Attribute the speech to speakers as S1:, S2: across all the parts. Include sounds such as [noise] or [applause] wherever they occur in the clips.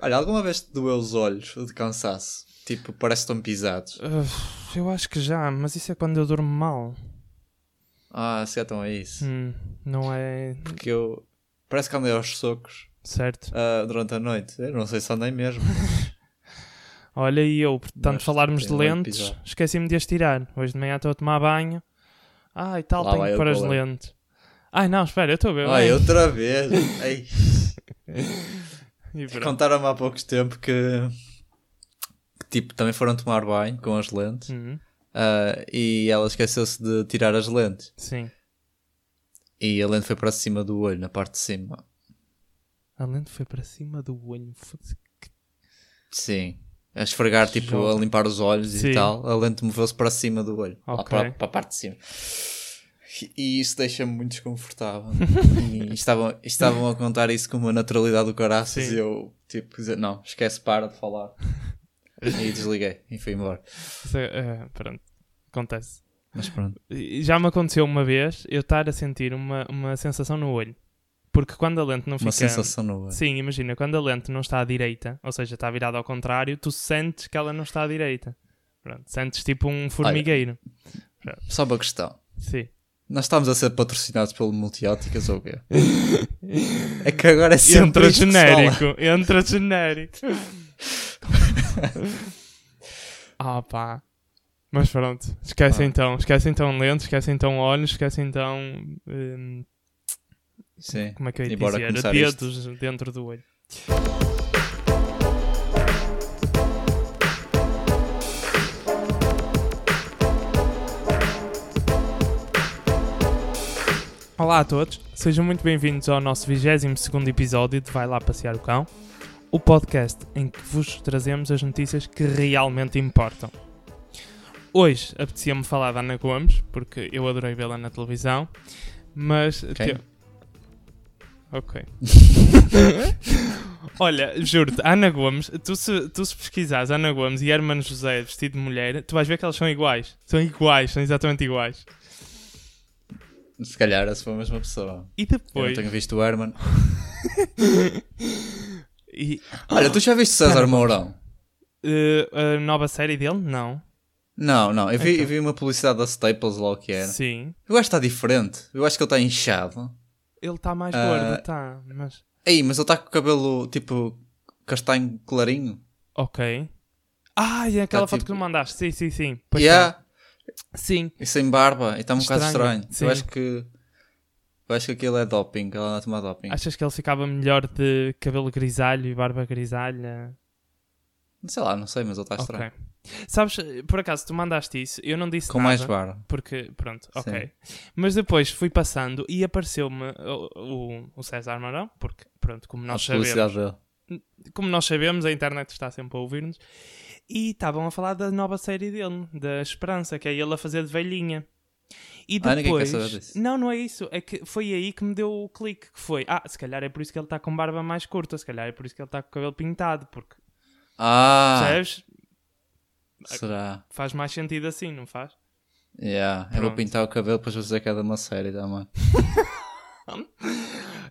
S1: Olha, alguma vez te doeu os olhos de cansaço? Tipo, parece que estão pisados.
S2: Uf, Ah, eu acho que já, mas isso é quando eu durmo mal.
S1: Ah, se é tão é isso.
S2: Hum, não é.
S1: Porque eu. Parece que andei aos socos
S2: Certo.
S1: ah, durante a noite. Eu não sei se andei mesmo.
S2: Olha, e eu, portanto,
S1: Mas
S2: falarmos de
S1: tem um olho
S2: lentes,
S1: pisado.
S2: esqueci-me de as tirar. Hoje de manhã estou a tomar banho. Ah, e tal,
S1: Lá vai
S2: tenho que
S1: eu Ah,
S2: pôr
S1: com
S2: as
S1: a
S2: lentes. Ai, não, espera, [laughs] eu estou bem.
S1: Ai, outra vez.
S2: [laughs]
S1: Ai.
S2: E
S1: [laughs]
S2: pronto.
S1: Contaram-me há poucos tempo que, que, tipo, também foram tomar banho com as lentes
S2: Hum,
S1: ah, e ela esqueceu-se de tirar as lentes.
S2: sim.
S1: E a lente foi para cima do olho, na parte de cima.
S2: A lente foi para cima do olho. Foda-se.
S1: Sim. A esfregar, tipo,
S2: Jovem.
S1: a limpar os olhos
S2: Sim.
S1: e tal. A lente moveu-se para cima do olho. lá
S2: Ok.
S1: para, para a parte de cima. E isso deixa-me muito
S2: [laughs]
S1: desconfortável. e estavam, estavam a contar isso com uma naturalidade do caraças
S2: Sim.
S1: e eu, tipo, dizer, não, esquece, para de falar. e desliguei e fui embora.
S2: Isso é- é, pronto, acontece.
S1: Mas pronto.
S2: E já me aconteceu uma vez eu estar a sentir uma, uma sensação no olho. Porque quando a lente não fica.
S1: Uma sensação no olho.
S2: Sim, imagina, quando a lente não está à direita, ou seja, está virada ao contrário, tu sentes que ela não está à direita. Pronto, sentes tipo um formigueiro.
S1: Só uma questão.
S2: Sim.
S1: Nós estamos a ser patrocinados pelo Multióticas ou o
S2: [laughs]
S1: quê? é que agora é sempre
S2: entra
S1: isto que se fala.
S2: genérico, entra
S1: [laughs]
S2: genérico. Ah pá. Mas pronto, esquece
S1: Ah.
S2: então, esquece então lentes, esquece então olhos, esquece então. hum,
S1: Sim.
S2: como é que eu ia
S1: E bora
S2: dizer?
S1: começar
S2: Dedos dentro do olho. Olá a todos, sejam muito bem-vindos ao nosso 22º episódio de Vai Lá Passear o Cão, o podcast em que vos trazemos as notícias que realmente importam. Hoje apetecia-me falar da Ana Gomes, porque eu adorei vê-la na televisão, mas...
S1: Quem?
S2: Ok. Olha, juro-te, Ana Gomes, tu se, tu se pesquisares Ana Gomes e Hermano José vestido de mulher, tu vais ver que elas são iguais. São iguais, são exatamente iguais.
S1: Se calhar essa foi a mesma pessoa.
S2: E
S1: Eu não
S2: depois...
S1: tenho visto o Herman.
S2: e-
S1: Olha, tu já viste César Mourão?
S2: Eh, a nova série dele? Não.
S1: Não, não. Eu vi,
S2: Então.
S1: eu vi uma publicidade da Staples lá o que era.
S2: Sim.
S1: Eu acho que está diferente. Eu acho que ele está inchado.
S2: Ele está mais
S1: Ah.
S2: gordo, está. Mas.
S1: Aí, mas ele está com o cabelo tipo castanho clarinho.
S2: Ok. Ah, e aquela
S1: Tá
S2: foto
S1: tipo-
S2: que tu mandaste. Sim, sim, sim.
S1: E
S2: Pois
S1: yeah.
S2: tá. Sim.
S1: E sem barba. E está um bocado
S2: Estranho,
S1: estranho.
S2: sim.
S1: Eu acho que. Eu acho que aquilo é doping. Ela anda a tomar doping.
S2: Achas que ele ficava melhor de cabelo grisalho e barba grisalha?
S1: Sei lá, não sei, mas ele está estranho.
S2: Ok. Sabes, por acaso, tu mandaste isso, eu não disse
S1: Com
S2: nada.
S1: mais barba.
S2: Porque, pronto, ok. Mas depois fui passando e apareceu-me o, o, o César Marão, porque, pronto, como
S1: A
S2: nós sabemos.
S1: publicidade dele.
S2: como nós sabemos, a internet está sempre a ouvir-nos. E estavam a falar da nova série dele, da Esperança, que é ele a fazer de velhinha. E
S1: Ah, ninguém quer
S2: depois.
S1: saber disso.
S2: não, não é isso. É que foi aí que me deu o clique. Que foi, ah, se calhar é por isso que ele está com barba mais curta, se calhar é por isso que ele está com o cabelo pintado, porque,
S1: Ah,
S2: percebes?
S1: será?
S2: Faz mais sentido assim, não faz?
S1: Yeah. Eu
S2: Pronto.
S1: vou pintar o cabelo para dizer que é de uma série, tá, mano?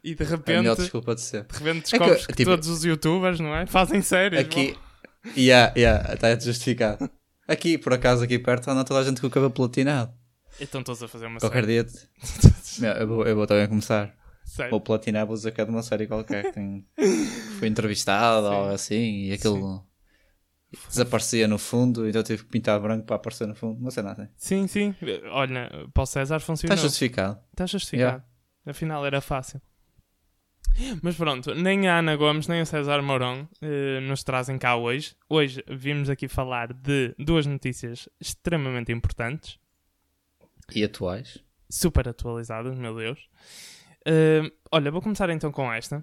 S2: E de
S1: É a melhor
S2: repente,
S1: desculpa de ser.
S2: de repente
S1: É que eu-
S2: descobres que,
S1: tipo-
S2: todos os youtubers, não é? Fazem séries.
S1: Aqui. Yeah, yeah, está justificado. Aqui, por acaso, aqui perto, anda toda a gente com o cabelo platinado.
S2: bom. Estão todos Então a fazer uma
S1: Qualquer dia.
S2: série.
S1: te-
S2: [laughs]
S1: Não, eu, vou, eu vou também começar.
S2: série.
S1: Vou platinar, vou dizer que é de uma série qualquer. que Tem... Fui entrevistado ou assim e aquilo desaparecia no fundo, então tive que pintar branco para aparecer no fundo. Não sei nada. assim.
S2: Sim, sim. Olha, para o César funcionou.
S1: Está justificado.
S2: Está justificado. Afinal era fácil. Mas pronto, nem a Ana Gomes nem o César Mourão eh, nos trazem cá hoje. Hoje vimos aqui falar de duas notícias extremamente importantes,
S1: E atuais?
S2: super atualizadas, meu Deus. Eh, olha, vou começar então com esta.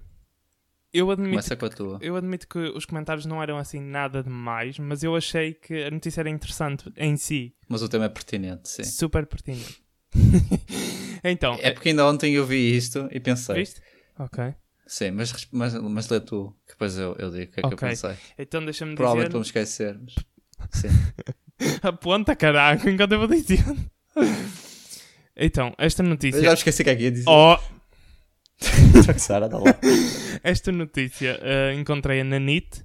S2: Eu admito,
S1: Começa com a tua.
S2: eu admito que os comentários não eram assim nada demais, mas eu achei que a notícia era interessante em si,
S1: Mas o tema é pertinente, sim.
S2: super pertinente. [laughs] então,
S1: É porque ainda ontem eu vi isto e pensei.
S2: viste? Ok.
S1: Sim, mas, resp- mas, mas lê tu, que depois eu, eu digo o que é que
S2: Ok.
S1: eu pensei.
S2: Então deixa-me
S1: Provavelmente
S2: dizer.
S1: vamos esquecer. Mas... [laughs] Sim.
S2: [laughs] Aponta, caraca, enquanto eu vou dizendo. [laughs] Então, esta
S1: Eu
S2: notícia.
S1: Oh. já me esqueci o que é que ia dizer.
S2: Oh,
S1: [laughs] Sara, dá lá.
S2: Esta notícia eh, encontrei-a na NIT,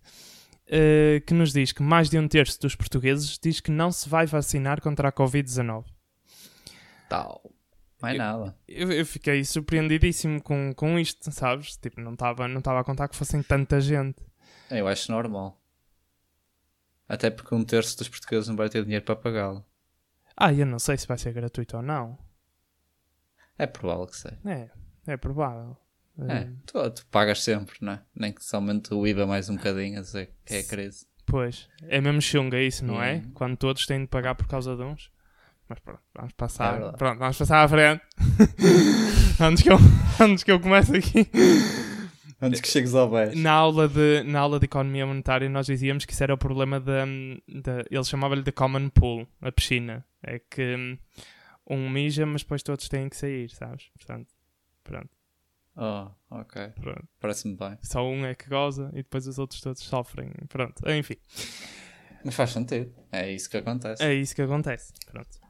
S2: eh, que nos diz que mais de um terço dos portugueses diz que não se vai vacinar contra a Covid-19.
S1: Tal. Mais
S2: Eu-
S1: nada.
S2: Eu, eu fiquei surpreendidíssimo com, com isto, sabes? Tipo, não estava não tava a contar que fossem tanta gente.
S1: Eu acho normal. Até porque um terço dos portugueses não vai ter dinheiro para pagá-lo.
S2: Ah, eu não sei se vai ser gratuito ou não.
S1: É provável que seja.
S2: É, é provável.
S1: É,
S2: Eh,
S1: tu, tu pagas sempre, não é? Nem que somente o IVA mais um bocadinho a dizer que é a crise.
S2: Pois, é mesmo chunga isso, não é?
S1: Hum.
S2: Quando todos têm de pagar por causa de uns. Mas pronto, vamos
S1: É
S2: passar,
S1: verdade.
S2: pronto, vamos passar à frente. [laughs] antes, que eu, [laughs] antes que eu comece aqui.
S1: Antes que chegues ao BES.
S2: Na aula, de, na aula de economia monetária nós dizíamos que isso era o problema da... da ele chamava-lhe de common pool, a piscina. É que hum, um mija, mas depois todos têm que sair, sabes? Portanto, pronto,
S1: Oh, ok.
S2: pronto.
S1: Parece-me bem.
S2: Só um é que goza e depois os outros todos sofrem. Pronto, enfim,
S1: Mas faz sentido. É isso que acontece.
S2: é isso que acontece. Pronto.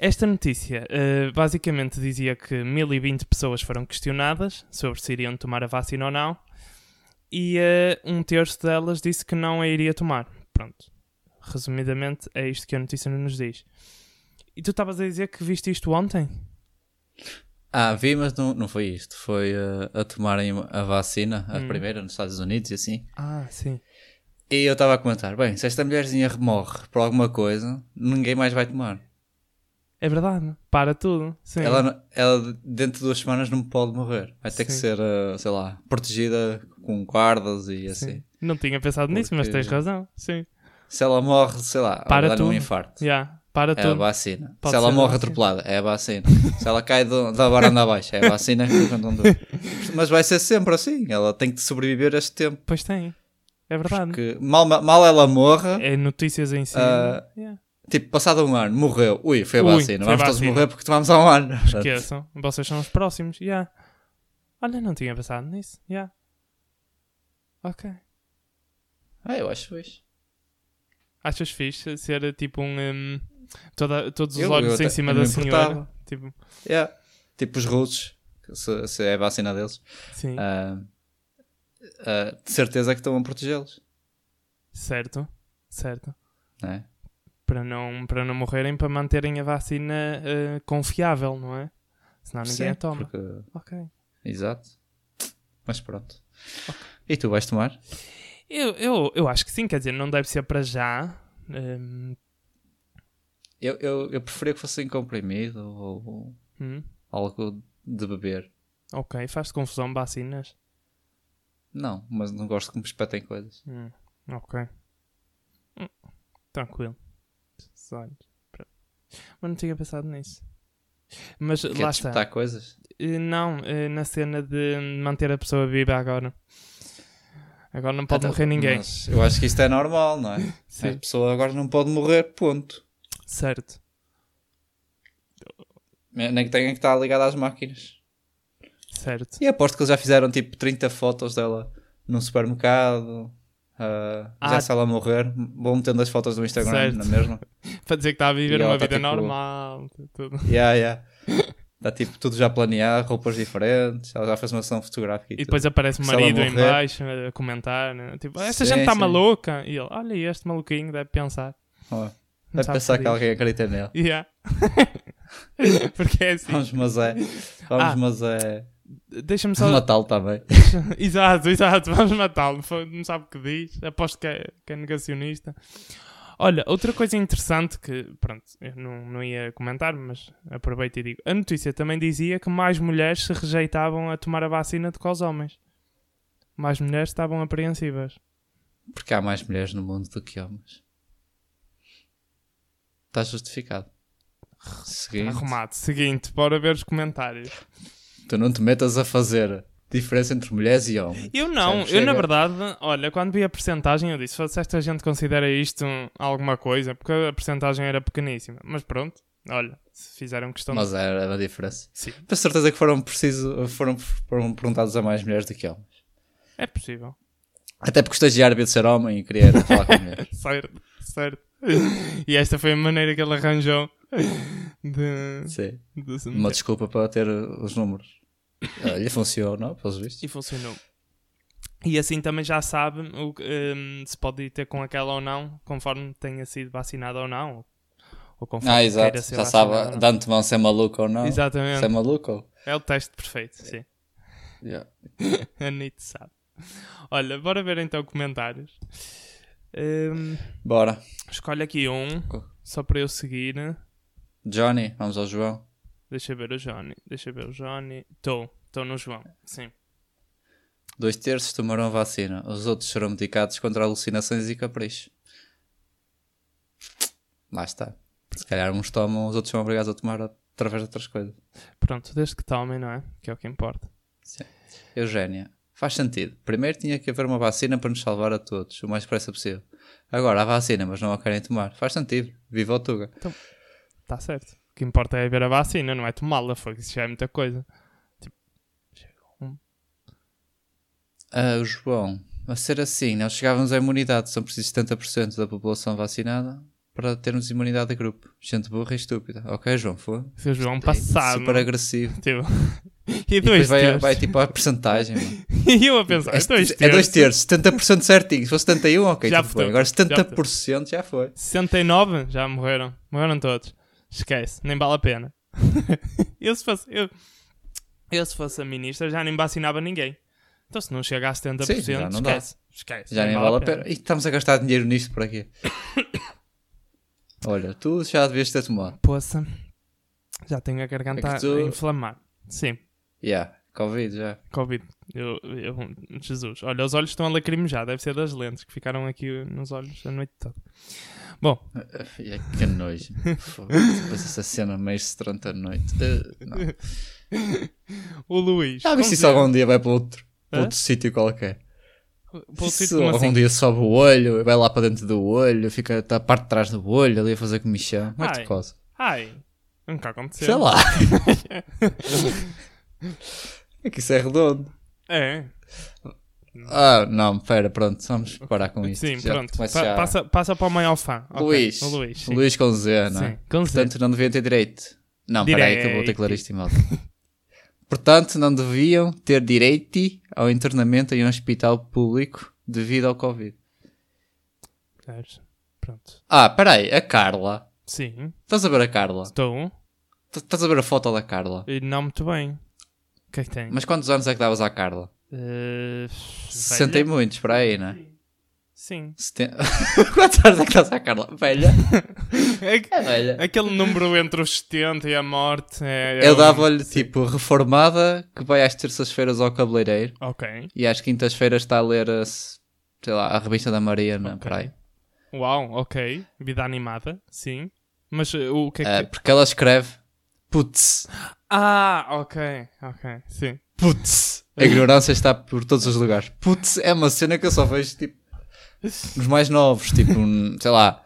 S2: Esta notícia eh, basicamente dizia que 1020 pessoas foram questionadas sobre se iriam tomar a vacina ou não e eh, um terço delas disse que não a iria tomar. Pronto. Resumidamente, é isto que a notícia nos diz. E tu estavas a dizer que viste isto ontem?
S1: Ah, vi, mas não, não foi isto. Foi eh, a tomarem a vacina, a
S2: Hum.
S1: primeira, nos Estados Unidos e assim.
S2: Ah, sim.
S1: E eu estava a comentar: bem, se esta mulherzinha morre por alguma coisa, ninguém mais vai tomar.
S2: É verdade. Para tudo. Sim.
S1: Ela, não- ela dentro de duas semanas não pode morrer. Vai ter que
S2: Sim.
S1: ser, eh, sei lá, protegida com guardas e
S2: Sim.
S1: assim.
S2: Não tinha pensado nisso, mas
S1: Porque-
S2: tens razão. Sim.
S1: Se ela morre, sei lá,
S2: Para
S1: dá-lhe um
S2: tudo.
S1: infarto.
S2: Yeah, para
S1: É a
S2: tudo.
S1: vacina.
S2: Pode
S1: Se ela
S2: ser a
S1: morre
S2: vacina.
S1: atropelada, é a vacina. Se ela cai do- da varanda abaixo, é a vacina. que nunca andam
S2: [laughs]
S1: dois. Mas vai ser sempre assim. Ela tem que sobreviver este tempo.
S2: Pois tem. É verdade.
S1: Que mal, mal ela morra,
S2: É notícias em si.
S1: Ah,
S2: Yeah.
S1: tipo, passado um ano, morreu. Ui, foi a
S2: Ui,
S1: vacina.
S2: foi a
S1: Vamos todos
S2: vacina.
S1: morrer porque tomamos há um ano.
S2: Esqueçam. Vocês são os próximos. Yeah. Olha, não tinha pensado nisso. Yeah. Ok.
S1: Ah, eu acho isso.
S2: Achas fixe ser tipo um. hum, toda- todos os
S1: Eu- eu
S2: olhos
S1: até-
S2: em cima
S1: eu não
S2: da
S1: me
S2: senhora.
S1: importava.
S2: Tipo,
S1: Yeah. Tipo os russos, que se, se é a vacina deles,
S2: sim,
S1: ah, ah, de certeza que estão a protegê-los.
S2: certo. Certo.
S1: não é?
S2: Para não, para não morrerem, para manterem a vacina eh, confiável, não é? Senão ninguém
S1: Sim,
S2: a toma.
S1: porque-
S2: Ok.
S1: Exato. Mas pronto. E tu vais tomar?
S2: Eu, eu, eu acho que sim, quer dizer, não deve ser para já. hum,
S1: Eu, eu, eu preferia que fosse em comprimido ou
S2: hum,
S1: algo de beber.
S2: ok, faz-te confusão vacinas.
S1: Não, mas não gosto que me espetem coisas.
S2: Hum, ok. Hum, tranquilo. Olhos. Pronto. Mas não tinha pensado nisso. Mas
S1: Quer
S2: lá está.
S1: disputar é tipo, tá coisas?
S2: Eh, Não, eh, na cena de manter a pessoa viva agora. Agora não pode
S1: Ah, tá,
S2: morrer ninguém.
S1: mas eu acho que isto é normal, não é? A
S2: [laughs] Sim,
S1: pessoa agora não pode morrer, ponto.
S2: certo.
S1: Nem que tenha que estar ligada às máquinas.
S2: Certo.
S1: E aposto que eles já fizeram tipo 30 fotos dela num supermercado. ah,
S2: Ah.
S1: já se ela morrer, vão metendo as fotos no Instagram,
S2: Certo.
S1: não é
S2: [laughs]
S1: mesmo?
S2: Para dizer que está a viver
S1: E ela
S2: uma
S1: tá
S2: vida
S1: tipo- então,
S2: normal. Tudo.
S1: Yeah, yeah. Está tipo tudo já a planear, roupas diferentes. Ela já fez uma sessão fotográfica e,
S2: E
S1: tudo.
S2: depois aparece o
S1: Se ela
S2: marido
S1: morrer-
S2: em baixo a comentar. né? Tipo, essa
S1: Sim,
S2: gente está
S1: sim.
S2: maluca. E ele, olha, este maluquinho deve pensar.
S1: Oh,
S2: Não
S1: Deve
S2: sabe
S1: pensar que
S2: diz.
S1: alguém acredita nele.
S2: Yeah. [laughs] Porque é assim.
S1: Vamos, mas é. Vamos,
S2: Ah.
S1: mas é.
S2: Deixa-me só.
S1: Natal também. [laughs]
S2: Exato, exato, [laughs] vamos matá-lo. Foi- Não sabe o que diz. Aposto que é, que é negacionista. Olha, outra coisa interessante que, pronto, eu não, não ia comentar, mas aproveito e digo. A notícia também dizia que mais mulheres se rejeitavam a tomar a vacina do que aos homens. Mais mulheres estavam apreensivas.
S1: Porque há mais mulheres no mundo do que homens. Está justificado. Seguinte,
S2: Arrumado. Seguinte, bora ver os comentários.
S1: tu não te metas a fazer diferença entre mulheres e homens.
S2: Eu não,
S1: Percebes?
S2: eu na
S1: Chega.
S2: verdade, olha, quando vi a percentagem eu disse, se esta gente considera isto um- alguma coisa, porque a percentagem era pequeníssima, mas pronto, olha, se fizeram questão de...
S1: Mas era uma diferença.
S2: Sim,
S1: Tenho certeza que foram, preciso, foram, foram perguntados a mais mulheres do que homens.
S2: é possível,
S1: Até porque o estagiário devia de ser homem e queria era falar com
S2: [laughs]
S1: mulheres.
S2: certo, certo. E esta foi a maneira que ele arranjou de...
S1: Sim.
S2: de-
S1: Uma desculpa para ter uh, os números. Ah, lhe funcionou, pelos vistos.
S2: E funcionou. E assim também já sabe o que, hum, se pode ir ter com aquela ou não, conforme tenha sido vacinada ou não. Ou conforme
S1: Ah,
S2: queira
S1: exato.
S2: ser
S1: Já
S2: vacinado
S1: sabe
S2: ou
S1: de
S2: não.
S1: antemão se é maluco ou não. Se é
S2: Exatamente.
S1: maluco.
S2: É o teste perfeito, sim.
S1: Yeah.
S2: A NIT sabe. Olha, bora ver então comentários. Hum,
S1: Bora.
S2: escolhe aqui um,
S1: Co-
S2: só para eu seguir.
S1: Johnny, vamos ao João.
S2: Deixa eu ver o Johnny. Deixa eu ver o Johnny. Estou, estou no João, sim.
S1: Dois terços tomaram a vacina. Os outros serão medicados contra alucinações e capricho. Lá está. Se calhar uns tomam, os outros são obrigados a tomar através de outras coisas.
S2: Pronto, desde que tomem, não é? Que é o que importa.
S1: Eugénia, faz sentido. Primeiro tinha que haver uma vacina para nos salvar a todos, o mais depressa possível. Agora há vacina, mas não a querem tomar. Faz sentido. Viva o Tuga.
S2: Está Tá certo. O que importa é ver a vacina, não é tomá-la, foi que isso já é muita coisa. Tipo, chegou um.
S1: Ah, o João, a ser assim, nós chegávamos à imunidade. São precisos 70% da população vacinada para termos imunidade de grupo. Gente burra e estúpida. Ok, João, foi?
S2: Se o João passado.
S1: é Super agressivo. [laughs]
S2: Tipo, e
S1: E depois
S2: dois
S1: vai,
S2: terços.
S1: vai tipo a percentagem. mano.
S2: [laughs] e eu a pensar,
S1: É
S2: dois terços.
S1: é dois terços, 70% certinho. Se fosse 71, ok,
S2: Já
S1: tudo bem.
S2: votou.
S1: Agora
S2: Já
S1: 70% já foi.
S2: 69 já morreram. Morreram todos. Esquece, nem vale a pena. [laughs] eu, se fosse, eu, eu se fosse a ministra já nem vacinava ninguém. Então se não chega a 70%,
S1: Sim, já não dá.
S2: esquece. esquece.
S1: Já nem vale a pena. E estamos a gastar dinheiro nisto por aqui. Olha, tu já devias ter tomado.
S2: Poça, já tenho a garganta
S1: É que
S2: a
S1: tu-
S2: inflamar. Sim,
S1: Yeah, Covid já.
S2: Covid. Eu, eu- Jesus, olha, os olhos estão a lacrimejar. Deve ser das lentes que ficaram aqui nos olhos a noite toda. Bom,
S1: É que nojo. Fogo, Depois essa cena meio estrante à noite. Eh, não.
S2: o Luís.
S1: Já viste isso
S2: confia-
S1: algum dia vai para outro, para
S2: Hã?
S1: outro sítio qualquer?
S2: Pô,
S1: Se
S2: sinto-me
S1: algum
S2: assim.
S1: dia sobe o olho, vai lá para dentro do olho, fica tá a parte de trás do olho ali a fazer comichão. Muito
S2: Ai,
S1: coisa.
S2: Ai, nunca aconteceu.
S1: Sei
S2: [laughs]
S1: lá. é que isso é redondo.
S2: É,
S1: Ah, não, pera, pronto, vamos parar com isso.
S2: sim,
S1: Já
S2: pronto.
S1: começa
S2: Pa-
S1: já-
S2: passa, passa para o maior fã. Ok,
S1: Luís.
S2: O Luís, sim.
S1: Luís com Z, não é?
S2: Sim, com certeza.
S1: Portanto, não deviam ter direito. Não, peraí que eu vou
S2: Direito.
S1: declarar isto em
S2: [laughs]
S1: malta. Portanto, não deviam ter direito ao internamento em um hospital público devido ao Covid.
S2: Sabes? Pronto.
S1: Ah, peraí, a Carla.
S2: Sim,
S1: Estás a ver a Carla?
S2: estou.
S1: T- Estás a ver a foto da Carla?
S2: E não muito bem. O que é que tem?
S1: Mas quantos anos é que davas à Carla?
S2: Eh,
S1: 60 e
S2: velha?
S1: muitos, por aí, não é?
S2: Sim.
S1: Seten- quantos anos é que davas à Carla? Velha?
S2: É-
S1: [laughs] É velha.
S2: Aquele número entre os 70 e a morte é. é
S1: Eu
S2: um-
S1: dava-lhe,
S2: sim.
S1: tipo, reformada, que vai às terças-feiras ao cabeleireiro.
S2: Ok.
S1: E às quintas-feiras está a ler, a, sei lá, a revista da Maria, na
S2: Ok.
S1: praia.
S2: Uau, ok. Vida animada, sim. Mas eh, o que é que.
S1: porque ela escreve, putz,
S2: Ah, ok, ok, sim.
S1: putz. A ignorância está por todos os lugares. Putz é uma cena que eu só vejo, tipo, nos mais novos, tipo, um, sei lá,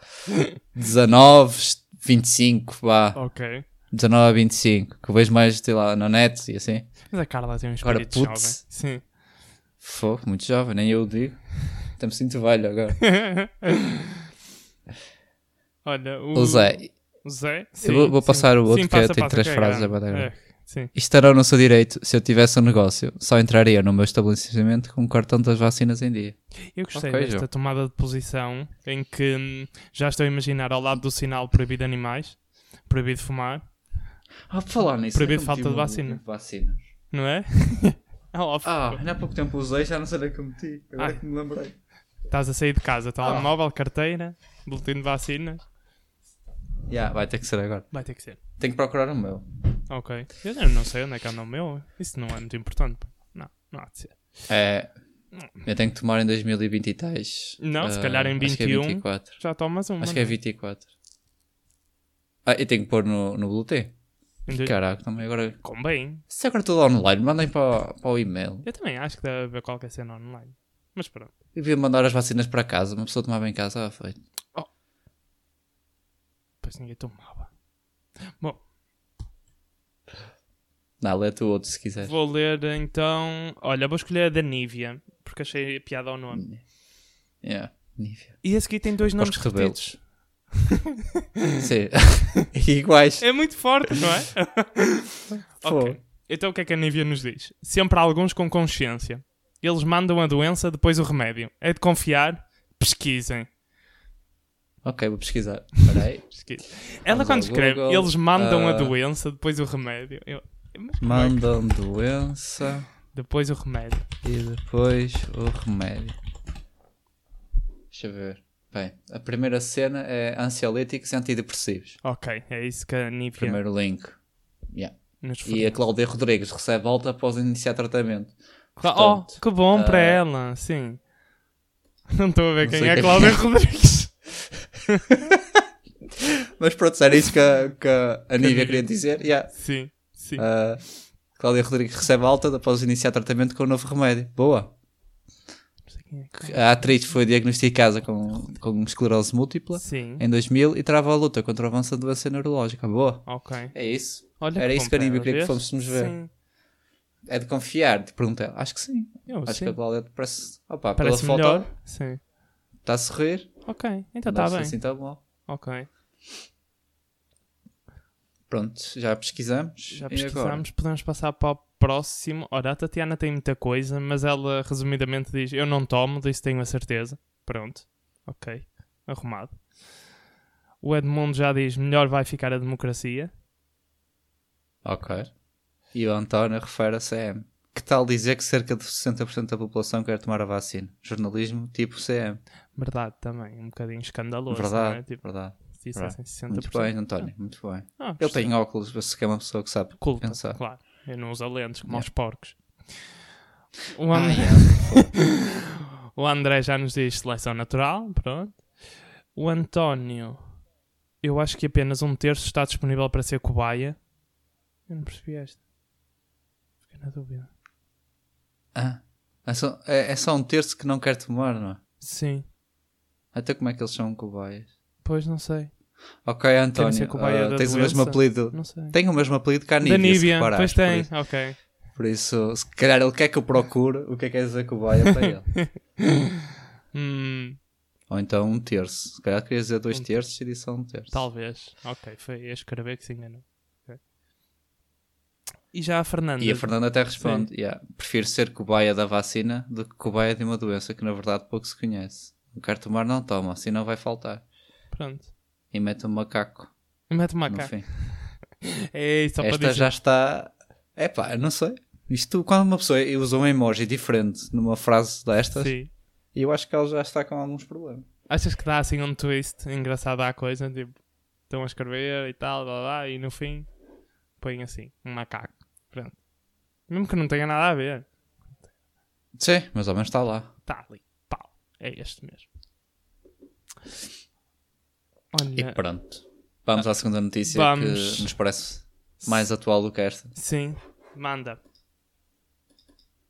S1: 19, 25, vá,
S2: Ok.
S1: 19 a 25, que eu vejo mais, sei lá, na net e assim.
S2: Mas a Carla tem um
S1: Agora,
S2: espírito jovem.
S1: putz.
S2: Sim.
S1: Fogo, muito jovem, nem eu o digo. Até me sinto velho
S2: [laughs]
S1: agora.
S2: Olha, o.
S1: Ô Zé,
S2: O Zé?
S1: vou- vou passar o outro, que
S2: passa,
S1: tem
S2: passa,
S1: três
S2: que é
S1: frases
S2: grande.
S1: a bater.
S2: É, Sim.
S1: estará no seu direito se eu tivesse um negócio. Só entraria no meu estabelecimento com o cartão das vacinas em dia.
S2: Eu gostei
S1: Ok,
S2: desta
S1: João.
S2: tomada de posição em que hum, já estou a imaginar ao lado do sinal proibido animais, proibido fumar,
S1: Ah, por falar nisso.
S2: Proibir
S1: é que eu
S2: falta
S1: meti
S2: de
S1: uma-
S2: vacina.
S1: de vacina.
S2: não é? [laughs] Ah, ó,
S1: Ah, ainda há pouco tempo usei, já não sei onde é que eu meti. Agora
S2: Ah.
S1: que me lembrei.
S2: Estás a sair de casa, telemóvel, carteira, boletim de vacinas.
S1: Já, vai ter que ser agora.
S2: Vai ter que ser.
S1: Tenho que procurar o meu.
S2: Ok. Eu já não sei onde é que anda o meu. Isso não é muito importante. pá. Não, não há de ser.
S1: É. Eu tenho que tomar em 2020 e tais.
S2: Não, se
S1: Ah,
S2: calhar em
S1: Acho que é
S2: 21.
S1: 24.
S2: Já tomas uma.
S1: Acho que é
S2: não
S1: 24. Ah, eu tenho que pôr no, no Bluetooth.
S2: Em dois-
S1: Caraca, também agora.
S2: Convém.
S1: Se agora tudo online, mandem para, para o e-mail.
S2: Eu também acho que deve haver qualquer cena online. Mas pronto.
S1: Eu devia mandar as vacinas para casa. Uma pessoa tomava em casa, ah, foi.
S2: Depois ninguém tomava.
S1: Não, lê tu outro se quiser.
S2: Vou ler então. Olha, vou escolher a da Nívia, porque achei piada ao nome.
S1: Yeah. Nívia.
S2: E a seguir tem dois nomes
S1: Gosto de
S2: repetidos.
S1: rebelos. [laughs] Sim. [laughs] Iguais.
S2: É muito forte, não é?
S1: [laughs] Pô.
S2: ok. Então o que é que a Nívia nos diz? Sempre há alguns com consciência. Eles mandam a doença, depois o remédio. É de confiar? Pesquisem.
S1: Ok, vou pesquisar. Espera aí.
S2: Pesquisem. Ela
S1: ao
S2: quando escreve,
S1: Google.
S2: eles mandam a
S1: Ah.
S2: doença, depois o remédio. Eu- mas como é que-
S1: Mandam doença
S2: Depois o remédio.
S1: e depois o remédio. Deixa eu ver. Bem, a primeira cena é ansiolíticos e antidepressivos.
S2: Ok, é isso que a Nívia
S1: Primeiro link. Yeah.
S2: nos
S1: E é
S2: fornece.
S1: a Cláudia Rodrigues recebe alta após iniciar tratamento. Tá,
S2: Oh,
S1: portanto,
S2: que bom para
S1: ah,
S2: ela, sim. [laughs] Não estou a ver
S1: não
S2: quem
S1: sei
S2: é
S1: quem é.
S2: Cláudia
S1: [laughs]
S2: Rodrigues.
S1: Mas pronto, era isso que a, que a Nívia queria dizer. Yeah.
S2: Sim, sim.
S1: Ah, Cláudia Rodrigues recebe alta após iniciar tratamento com o novo remédio. Boa.
S2: Não sei quem é que-
S1: A atriz foi diagnosticada com, com esclerose múltipla
S2: Sim,
S1: em 2000 e trava a luta contra o avanço da doença neurológica.
S2: Ah,
S1: Boa.
S2: ok.
S1: É isso.
S2: Olha
S1: Era
S2: que
S1: isso
S2: bom
S1: que a
S2: para
S1: Nívia
S2: ela,
S1: queria que
S2: vês?
S1: fôssemos ver.
S2: Sim,
S1: É de confiar, te perguntei. Acho que sim.
S2: eu
S1: Acho
S2: sim.
S1: que a Cláudia parece. Opa,
S2: Parece
S1: pela
S2: melhor.
S1: foto
S2: Sim.
S1: está a sorrir.
S2: Ok, então
S1: Não
S2: está
S1: se
S2: bem.
S1: assim tão mal.
S2: Ok.
S1: Pronto, já pesquisamos. E
S2: Já
S1: agora?
S2: pesquisamos, podemos passar para o próximo. Ora, a Tatiana tem muita coisa, mas ela resumidamente diz: Eu não tomo, disso tenho a certeza. Pronto. Ok. Arrumado. O Edmundo já diz: Melhor vai ficar a democracia.
S1: Ok. E o António refere a CM. Que tal dizer que cerca de 60% da população quer tomar a vacina? Jornalismo tipo CM.
S2: Verdade, também. Um bocadinho escandaloso. Não é?
S1: verdade,
S2: Tipo,
S1: verdade.
S2: se dissessem 60%.
S1: Muito bem, António, muito bem.
S2: Ah,
S1: Ele
S2: gostei.
S1: tem óculos, você que é uma pessoa que sabe
S2: culpa,
S1: pensar.
S2: claro. Eu não uso lentes como
S1: Yeah.
S2: aos porcos. O
S1: Ah,
S2: André... o André já nos diz seleção natural, pronto. O António, eu acho que apenas um terço está disponível para ser cobaia. Eu não percebi esta. Fiquei na dúvida.
S1: Ah, é, só, é- é só um terço que não quer tomar, não é?
S2: Sim,
S1: Até como é que eles são cobaias?
S2: pois não sei.
S1: Ok, António,
S2: ser cobaia
S1: ah,
S2: da
S1: tens o
S2: doença?
S1: mesmo apelido.
S2: Não sei.
S1: Tem o mesmo apelido que a Nívia,
S2: da Nívia,
S1: se reparares,
S2: pois tem,
S1: Por isso,
S2: ok.
S1: por isso, se calhar ele quer que eu procure o que é que é dizer cobaia para
S2: [laughs]
S1: ele.
S2: Hum,
S1: Ou então um terço. Se calhar queria dizer dois
S2: Um
S1: terços e disse só um terço.
S2: talvez. Ok, foi a escrever que se enganou. Ok. E já a Fernanda.
S1: E a Fernanda até responde: "Yeah, prefiro ser cobaia da vacina do que cobaia de uma doença que na verdade pouco se conhece. Não quer tomar, não toma, assim não vai faltar.
S2: Pronto.
S1: E mete um macaco
S2: E Mete uma
S1: no
S2: cara.
S1: fim.
S2: É,
S1: Esta
S2: só para dizer.
S1: já está. É pá, não sei. Isto, quando uma pessoa usa um emoji diferente numa frase destas,
S2: Sim.
S1: eu acho que ela já está com alguns problemas.
S2: Achas que dá assim um twist engraçado à coisa? Tipo, estão a escrever e tal, blá, blá, e no fim põem assim, um macaco. Pronto. Mesmo que não tenha nada a ver.
S1: Sim, mas ao menos está lá.
S2: Está ali. Pau. É este mesmo.
S1: E
S2: Olha.
S1: pronto. Vamos à segunda notícia
S2: É. Vamos.
S1: que nos parece mais atual do que esta.
S2: Sim. Manda.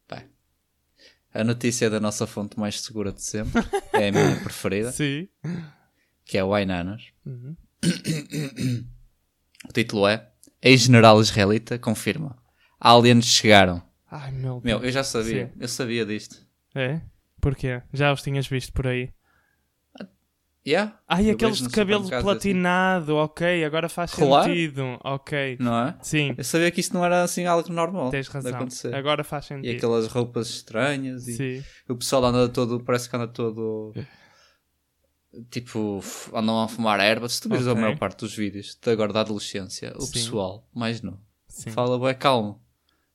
S1: Bem, a notícia da nossa fonte mais segura de sempre é a minha preferida,
S2: Sim.
S1: que é o Ainanas.
S2: Uhum.
S1: O título é Ex-General Israelita confirma. Aliens chegaram.
S2: Ai meu Deus.
S1: Meu, eu já sabia,
S2: Sim.
S1: eu sabia disto.
S2: É? Porquê? Já os tinhas visto por aí.
S1: Yeah?
S2: Ai,
S1: Eu
S2: aqueles
S1: vejo no
S2: de cabelo
S1: supermercado assim,
S2: platinado, ok, agora faz
S1: Claro.
S2: sentido, ok.
S1: não é?
S2: Sim,
S1: Eu sabia que isto não era assim algo normal
S2: tens
S1: de
S2: razão.
S1: acontecer.
S2: Agora faz
S1: E
S2: sentido.
S1: aquelas roupas estranhas e
S2: Sim.
S1: o pessoal anda todo, parece que anda todo. Tipo, f- andam a fumar erva. Se tu vires a
S2: Ok.
S1: maior parte dos vídeos de agora da adolescência, o
S2: Sim.
S1: pessoal mais novo
S2: Sim.
S1: fala bué calmo.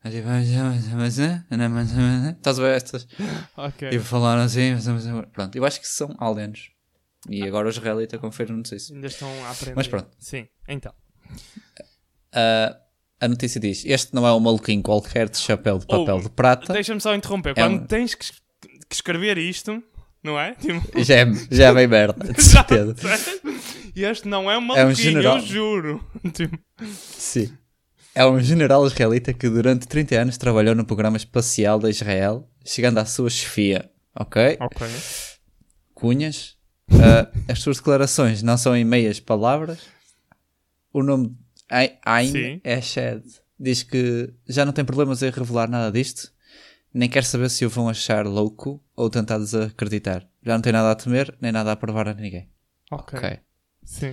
S1: É tipo, "Ah, já, mas, mas, ah, ah, mas, ah, mas, ah." Estás a ver estas?
S2: Ok.
S1: E falaram assim, mas, mas, mas, pronto. Eu acho que são aliens. E agora o israelita confirma-nos isso.
S2: Ainda estão a aprender.
S1: Mas pronto.
S2: Sim, então.
S1: Ah, a notícia diz: Este não é um maluquinho qualquer de chapéu de papel
S2: Oh,
S1: de prata.
S2: Deixa-me só interromper.
S1: Tá. É um-
S2: Quando tens que, es- que escrever isto, não é? Tipo, [laughs]
S1: Já é, já é bem merda, de certeza.
S2: este não é um
S1: É um
S2: maluquinho, eu
S1: general.
S2: juro. [laughs] Tipo,
S1: Sim. É um general israelita que durante 30 anos trabalhou no programa espacial da Israel, chegando à sua chefia. Ok?
S2: ok.
S1: Cunhas. Ah, as suas declarações não são em meias palavras. O nome Ai- Ayn
S2: Sim.
S1: Eshed diz que já não tem problemas em revelar nada disto, nem quer saber se o vão achar louco ou tentar desacreditar. Já não tem nada a temer, nem nada a provar a ninguém.
S2: Ok.
S1: Ok.
S2: Sim.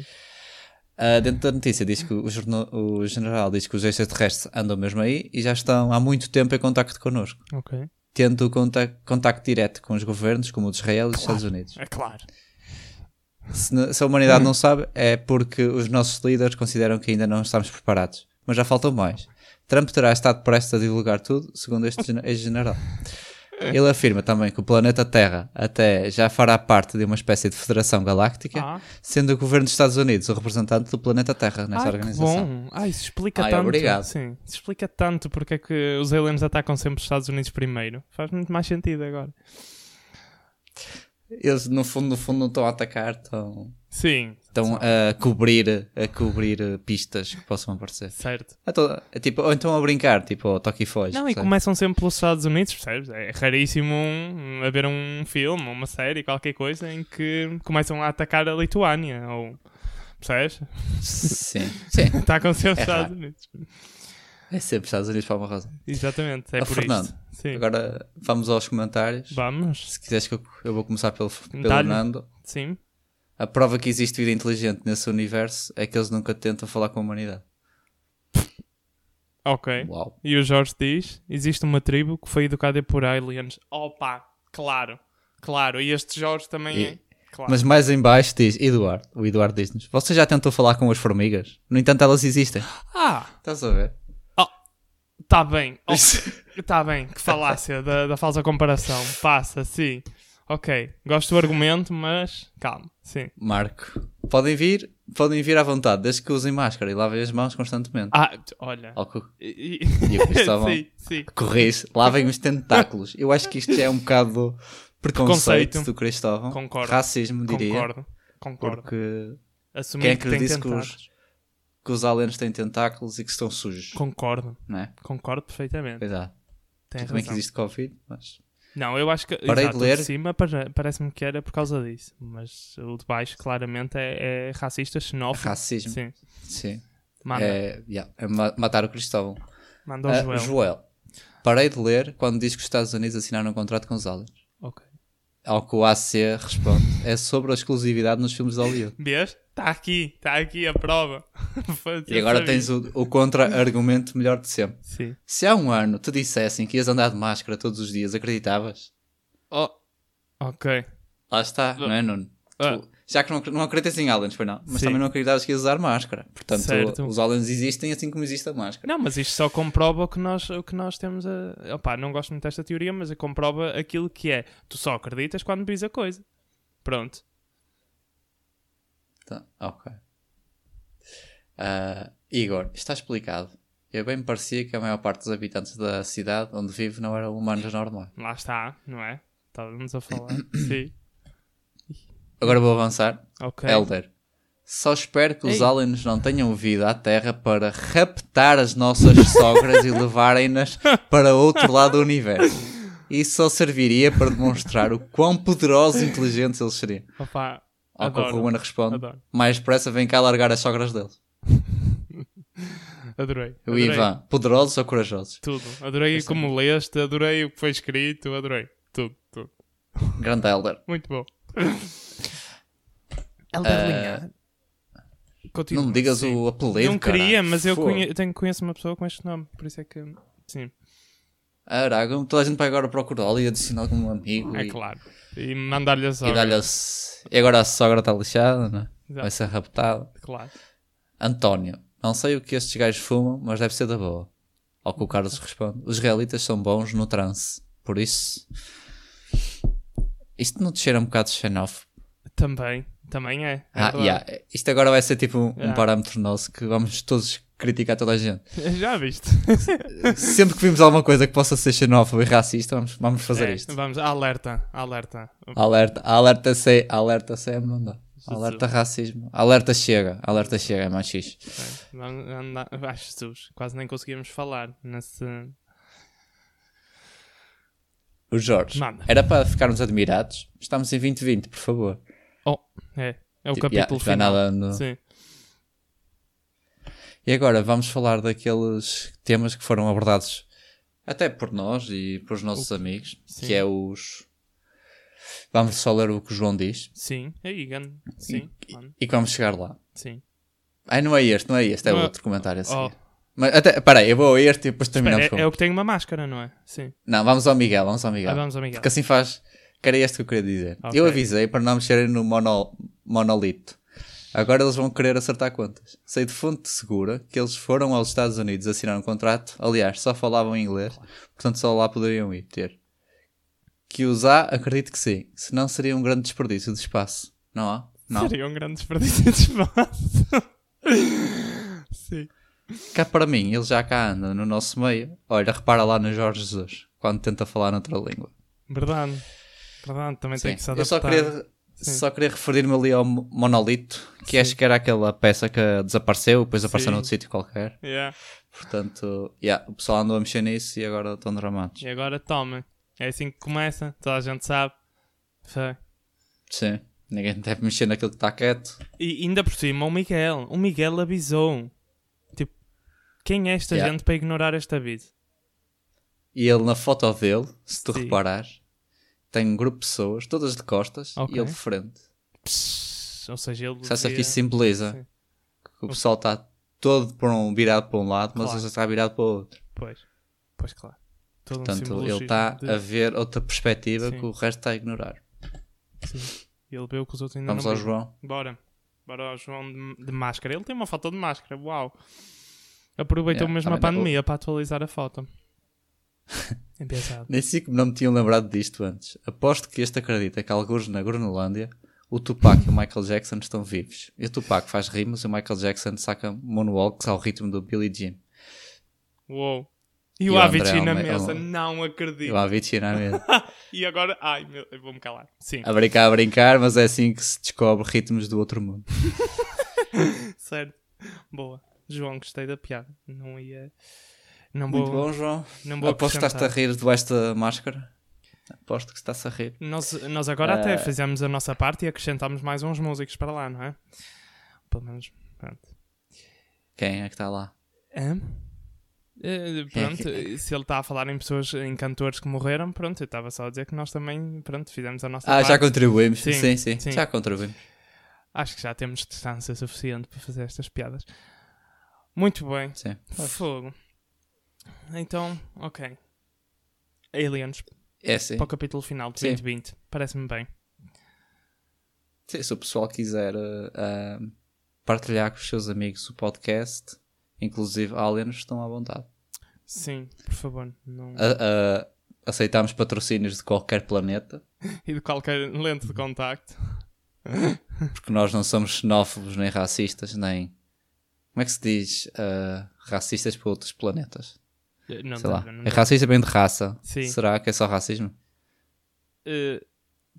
S1: Uh, dentro da notícia diz que o, jorna- o general diz que os extraterrestres andam mesmo aí e já estão há muito tempo em contacto connosco.
S2: Ok.
S1: tendo contac- contacto direto com os governos, como o de Israel e dos Estados Unidos.
S2: É claro.
S1: Se, n- se a humanidade não sabe, é porque os nossos líderes consideram que ainda não estamos preparados. Mas já faltam mais. Trump terá estado prestes a divulgar tudo, segundo este gen- ex-general. Ele afirma também que o planeta Terra até já fará parte de uma espécie de federação galáctica,
S2: Ah,
S1: sendo o governo dos Estados Unidos o representante do planeta Terra nesta
S2: ai, que
S1: organização.
S2: bom. Ah, isso explica
S1: Ai,
S2: tanto.
S1: obrigado.
S2: Sim, isso explica tanto porque é que os aliens atacam sempre os Estados Unidos primeiro. Faz muito mais sentido agora.
S1: Eles, no fundo, no fundo, não estão a atacar, estão,
S2: Sim,
S1: estão a cobrir, a cobrir eh, pistas que possam aparecer.
S2: certo.
S1: Ah, tô- é tipo, ou então a brincar, tipo, ao toque e foge.
S2: Não, e
S1: sabe?
S2: começam sempre pelos Estados Unidos, percebes? É raríssimo um, haver um filme, uma série, qualquer coisa em que começam a atacar a Lituânia ou. Percebes? [laughs]
S1: Sim, sim.
S2: Atacam sempre os
S1: É
S2: Estados
S1: raro.
S2: Unidos.
S1: É sempre Estados Unidos por alguma razão.
S2: Exatamente, é
S1: Ó,
S2: por
S1: Fernando,
S2: isto. Sim.
S1: Agora vamos aos comentários.
S2: Vamos?
S1: Se quiseres que eu, eu vou começar pelo, pelo
S2: Dá-lhe.
S1: Nando.
S2: Sim.
S1: A prova que existe vida inteligente nesse universo é que eles nunca tentam falar com a humanidade.
S2: Ok.
S1: Uau.
S2: E o Jorge diz: existe uma tribo que foi educada por aliens. Opa, claro, claro. E este Jorge também
S1: E-
S2: é. Claro.
S1: Mas mais em baixo diz Eduardo, o Eduardo diz-nos, você já tentou falar com as formigas? No entanto, elas existem.
S2: Ah,
S1: Estás a ver?
S2: tá bem. Oh,
S1: Isso-
S2: tá bem, que falácia da, da falsa comparação. Passa, sim. Ok, gosto do argumento, mas calma, sim.
S1: Marco. Podem vir, podem vir à vontade, desde que usem máscara e lavem as mãos constantemente.
S2: Ah, t- olha.
S1: Ao cu-
S2: E-
S1: E tá o
S2: [laughs]
S1: Cristóvão?
S2: sim, sim.
S1: Corris, lavem os tentáculos. Eu acho que isto já é um bocado preconceito,
S2: Preconceito.
S1: do Cristóvão.
S2: Concordo.
S1: Racismo, diria.
S2: Concordo, concordo.
S1: Porque
S2: Assumir
S1: quem é
S2: que
S1: que lhe
S2: tem
S1: disse que os-
S2: tentáculos.
S1: que os aliens têm tentáculos e que estão sujos,
S2: Concordo,
S1: não é?
S2: concordo perfeitamente.
S1: Cuidado.
S2: Tem
S1: Tudo bem é que
S2: razão.
S1: existe Covid, mas...
S2: Não, eu acho que
S1: Parei
S2: exato,
S1: de ler.
S2: o de cima para- parece-me que era por causa disso, mas o de baixo claramente é, é racista, xenófobo.
S1: Racismo,
S2: Sim,
S1: sim.
S2: manda,
S1: É, yeah, é ma- matar o Cristóvão.
S2: manda o
S1: Ah,
S2: Joel.
S1: Parei de ler quando diz que os Estados Unidos assinaram um contrato com os aliens.
S2: Ok.
S1: Ao que o AC responde. é sobre a exclusividade nos filmes de Hollywood.
S2: Vês? Está aqui, está aqui a prova. [laughs]
S1: E agora tens o, o contra-argumento melhor de sempre.
S2: Sim.
S1: Se há um ano te dissessem que ias andar de máscara todos os dias, acreditavas?
S2: Oh. Ok.
S1: Lá está, não é, Nuno?
S2: Ah.
S1: Tu- já que não, não acreditas em aliens, foi não. Mas
S2: Sim.
S1: também não acreditavas que ias usar máscara. Portanto,
S2: Certo.
S1: os aliens existem assim como existe a máscara.
S2: Não, mas isto só comprova o que nós, o que nós temos a. Opá, não gosto muito desta teoria, mas comprova aquilo que é. Tu só acreditas quando diz a coisa. Pronto.
S1: Tá, ok. Ah, Igor, está explicado. Eu bem me parecia que a maior parte dos habitantes da cidade onde vivo não um eram humanos normais.
S2: Lá está, não é? Estávamos
S1: [coughs]
S2: a falar. Sim.
S1: Agora vou avançar.
S2: Ok.
S1: Elder, só espero que os
S2: Ei.
S1: aliens não tenham vindo à Terra para raptar as nossas [laughs] sogras e levarem-nas para outro lado do universo. Isso só serviria para demonstrar o quão poderosos e inteligentes eles seriam.
S2: Opa,
S1: Ao que o
S2: Adoro.
S1: Ruben responde:
S2: Adoro.
S1: mais depressa vem cá largar as sogras deles.
S2: adorei.
S1: O
S2: adorei
S1: Ivan, poderosos ou corajosos?
S2: Tudo. Adorei
S1: Este
S2: como leste, adorei o que foi escrito, adorei. Tudo, tudo.
S1: Grande Elder.
S2: Muito bom. Elder Linhar. Continua,
S1: Eh, Ah, Não me digas
S2: tipo, sim.
S1: o apelido.
S2: Não
S1: caralho.
S2: queria, mas eu,
S1: Fogo.
S2: conhe... eu tenho, conheço uma pessoa com este nome, por isso é que. Sim,
S1: Arago, toda a gente vai agora procurá-lo e adicionar algum amigo
S2: é
S1: e,
S2: claro. E mandar-lhe a
S1: e
S2: sogra.
S1: dar-lhe. as- E agora a sogra está lixada, não é?
S2: Exato.
S1: Vai ser raptada.
S2: Claro.
S1: António, não sei o que estes gajos fumam, mas deve ser da boa. Ao que o Carlos responde: Os israelitas são bons no trance, por isso. Isto não te cheira um bocado de xenófobo?
S2: Também, também é. é
S1: Ah,
S2: verdade.
S1: yeah. Isto agora vai ser tipo um, um
S2: Yeah.
S1: parâmetro nosso que vamos todos criticar toda a gente.
S2: [laughs] Já viste?
S1: Sempre que vimos alguma coisa que possa ser xenófoba e racista, vamos, vamos fazer
S2: É,
S1: isto.
S2: Vamos, alerta, alerta.
S1: Alerta, alerta C, alerta C, não dá.
S2: Jesus.
S1: Alerta racismo, alerta chega, alerta chega, é mais xixi.
S2: Bem, Vamos andar... Ai, Jesus, quase nem conseguíamos falar nesse.
S1: O Jorge,
S2: Manda.
S1: era para ficarmos admirados? Estamos em 2020, por favor.
S2: Oh, é. É o
S1: Tipo,
S2: capítulo
S1: já- já
S2: final.
S1: nada no-
S2: Sim.
S1: E agora vamos falar daqueles temas que foram abordados até por nós e pelos nossos amigos,
S2: sim.
S1: que é os. Vamos só ler o que o João diz
S2: Sim. Aí, gan- Sim.
S1: e,
S2: mano,
S1: e que vamos chegar lá.
S2: Sim.
S1: Ai, não é este, não é este, é
S2: Não é-
S1: outro comentário a seguir.
S2: Oh,
S1: Mas até, peraí, eu vou a este e depois terminamos
S2: Espera,
S1: com. um.
S2: é, é o que tem uma máscara, não é? Sim.
S1: Não, vamos ao Miguel, vamos ao Miguel.
S2: Ah, vamos ao Miguel.
S1: Porque assim faz. Que era este que eu queria dizer.
S2: Ok.
S1: Eu avisei para não mexerem no mono- monolito. Agora eles vão querer acertar contas. Sei de fonte segura que eles foram aos Estados Unidos assinar um contrato. Aliás, só falavam inglês, portanto só lá poderiam ir ter. Que os há, acredito que sim. Senão seria um grande desperdício de espaço. Não há? Não.
S2: Seria um grande desperdício de espaço. Sim.
S1: Cá para mim, ele já cá anda no nosso meio. Olha, repara lá no Jorge Jesus, quando tenta falar noutra língua.
S2: Verdade. Verdade, também
S1: Sim.
S2: tem que se adaptar.
S1: Eu só queria,
S2: Sim.
S1: só queria referir-me ali ao mo- monolito, que acho que era aquela peça que desapareceu, depois apareceu
S2: Sim.
S1: noutro sítio qualquer.
S2: Yeah.
S1: Portanto, yeah, o pessoal andou a mexer nisso e agora estão dramados.
S2: E agora toma. É assim que começa, toda a gente sabe. Foi.
S1: Sim, ninguém deve mexer naquilo que está quieto.
S2: E ainda por cima, o Miguel. O Miguel avisou. Tipo, quem é esta
S1: Yeah.
S2: gente para ignorar este aviso?
S1: E ele, na foto dele, se tu
S2: Sim.
S1: reparares, tem um grupo de pessoas, todas de costas,
S2: Ok.
S1: e ele de frente.
S2: Psss, Ou seja, ele.
S1: Sabe-se
S2: devia-
S1: que isso simboliza
S2: Sim.
S1: que o pessoal está todo por um, virado para um lado, mas
S2: Claro.
S1: ele está virado para o outro.
S2: Pois. Pois, claro. Todo um
S1: Portanto, ele
S2: simbologismo
S1: está
S2: de-
S1: a ver outra perspectiva
S2: Sim.
S1: que o resto está a ignorar.
S2: Sim. Ele vê o que os outros ainda
S1: Vamos
S2: não
S1: ao
S2: viram.
S1: João.
S2: Bora. Bora ao João de, de máscara. Ele tem uma foto de máscara, uau. Aproveitou
S1: Yeah,
S2: mesmo a
S1: também não-
S2: pandemia para atualizar a foto. [laughs] é pesado.
S1: Nem sei como não me tinham lembrado disto antes. Aposto que este acredita que alguns na Groenlândia o Tupac e o Michael Jackson estão vivos. E o Tupac faz rimas e o Michael Jackson saca moonwalks ao ritmo do Billie Jean.
S2: Uou. E,
S1: E
S2: o
S1: o
S2: Avicii
S1: André
S2: na
S1: Almeida- oh.
S2: mesa, não
S1: E
S2: acredito.
S1: o Avicii na mesa.
S2: E agora, ai, meu, eu vou-me calar. Sim,
S1: A brincar, a brincar, mas é assim que se descobre ritmos do outro mundo. Ah.
S2: certo. Boa. João, gostei da piada. Não ia. Não
S1: Muito
S2: vou.
S1: bom, João.
S2: Não vou
S1: Aposto que estás-te a
S2: acrescentar.
S1: rir debaixo da máscara. Aposto que estás a rir.
S2: Nós, nós agora até
S1: Ah.
S2: fizemos a nossa parte e acrescentámos mais uns músicos para lá, não é? Pelo menos, pronto.
S1: Quem é que está lá?
S2: Hã? Eh,
S1: [laughs]
S2: pronto, se ele está a falar em pessoas, em cantores que morreram, pronto, eu estava só a dizer que nós também, pronto, fizemos a nossa
S1: Ah,
S2: parte.
S1: já contribuímos.
S2: Sim,
S1: Sim, sim. sim.
S2: sim.
S1: Já contribuímos.
S2: Acho que já temos distância suficiente para fazer estas piadas. Muito bem.
S1: Sim.
S2: Fogo. Então, ok. Aliens,
S1: É sim.
S2: para o capítulo final de
S1: Sim.
S2: 2020. Parece-me bem.
S1: Sim, se o pessoal quiser eh, ah, partilhar com os seus amigos o podcast, inclusive aliens, estão à vontade.
S2: Sim, por favor. Não...
S1: Ah. A- a- aceitamos patrocínios de qualquer planeta,
S2: E de qualquer lente de contacto.
S1: porque nós não somos xenófobos nem racistas, nem. Como é que se diz? ah, racistas para outros planetas?
S2: Eh, Não,
S1: Sei lá.
S2: não, não,
S1: é racista bem de raça.
S2: Sim.
S1: Será que é só racismo?
S2: Eh,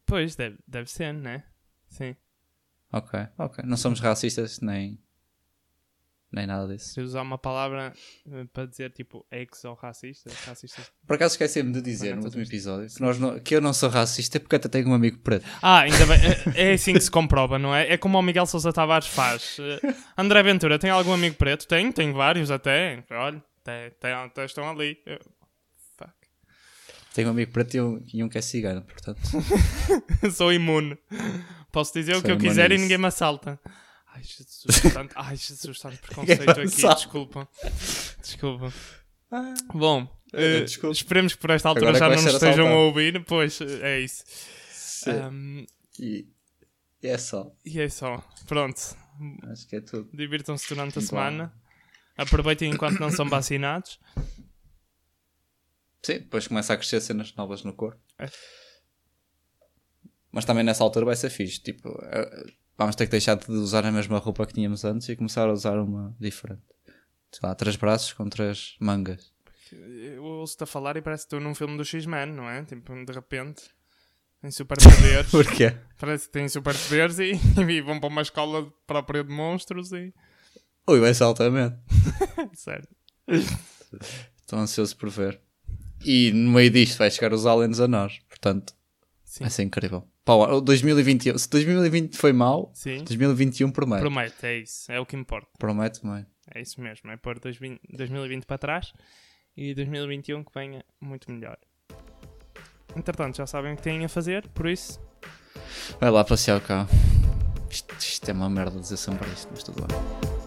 S2: pois, deve, deve ser, né? Sim.
S1: Ok, ok. Não somos racistas nem. nem nada disso.
S2: Se eu usar uma palavra eh, para dizer tipo ex ou racista, racista.
S1: Por acaso esqueci-me de dizer no
S2: é
S1: último episódio que, nós não- que eu não sou racista porque até tenho um amigo preto.
S2: Ah, ainda bem. É, é assim que se comprova, não é? É como o Miguel Sousa Tavares faz. Eh, André Ventura, tem algum amigo preto? Tenho, tenho vários até. Olha, até, até, até estão ali. Eh, Eu- Fuck.
S1: Tenho um amigo preto e um, e um que é cigano,
S2: [laughs]
S1: portanto.
S2: Sou imune. Posso dizer o
S1: Sou
S2: que eu
S1: imune a
S2: quiser e
S1: isso.
S2: ninguém me assalta. Ai,
S1: [laughs]
S2: Jesus, tanto, ai, Jesus, tanto preconceito
S1: Ninguém me
S2: aqui.
S1: assalta.
S2: Desculpa. Desculpa. Bom,
S1: Eh,
S2: eh,
S1: desculpa.
S2: esperemos que por esta altura
S1: Agora
S2: já
S1: que
S2: não
S1: vais
S2: nos
S1: ser
S2: estejam a
S1: assaltado.
S2: ouvir, pois eh, é isso. Ahm,
S1: E e é só.
S2: e é só. Pronto.
S1: Acho que é tudo.
S2: Divirtam-se durante a
S1: Bom.
S2: semana. Aproveitem enquanto não são vacinados.
S1: Sim, depois começa a crescer cenas novas no corpo.
S2: É.
S1: Mas também nessa altura vai ser fixe. Tipo, eh, vamos ter que deixar de usar a mesma roupa que tínhamos antes e começar a usar uma diferente. Sei lá, três braços com três
S2: [laughs]
S1: mangas.
S2: Eu ouço-te a falar e parece que estou num filme do X-Men, não é? Tipo, de repente, em superpoderes.
S1: [laughs] Porquê?
S2: parece que têm superpoderes e, [laughs] e vão para uma escola própria de monstros e.
S1: Ui, vai ser altamente.
S2: Certo.
S1: Estou ansioso por ver. E no meio disto vai chegar os aliens a nós. Portanto,
S2: Sim.
S1: vai ser incrível. Pau, 2021. Se 2020 foi mau,
S2: Sim.
S1: 2021 promete.
S2: Prometo, é isso. É o que importa.
S1: Promete, mãe.
S2: É isso mesmo, é pôr 2020 2020 para trás e 2021 que venha muito melhor. Entretanto, já sabem o que têm a fazer, por isso,
S1: Vai lá passear o carro. Isto, isto é uma merda dizer sempre isto, mas tudo bem.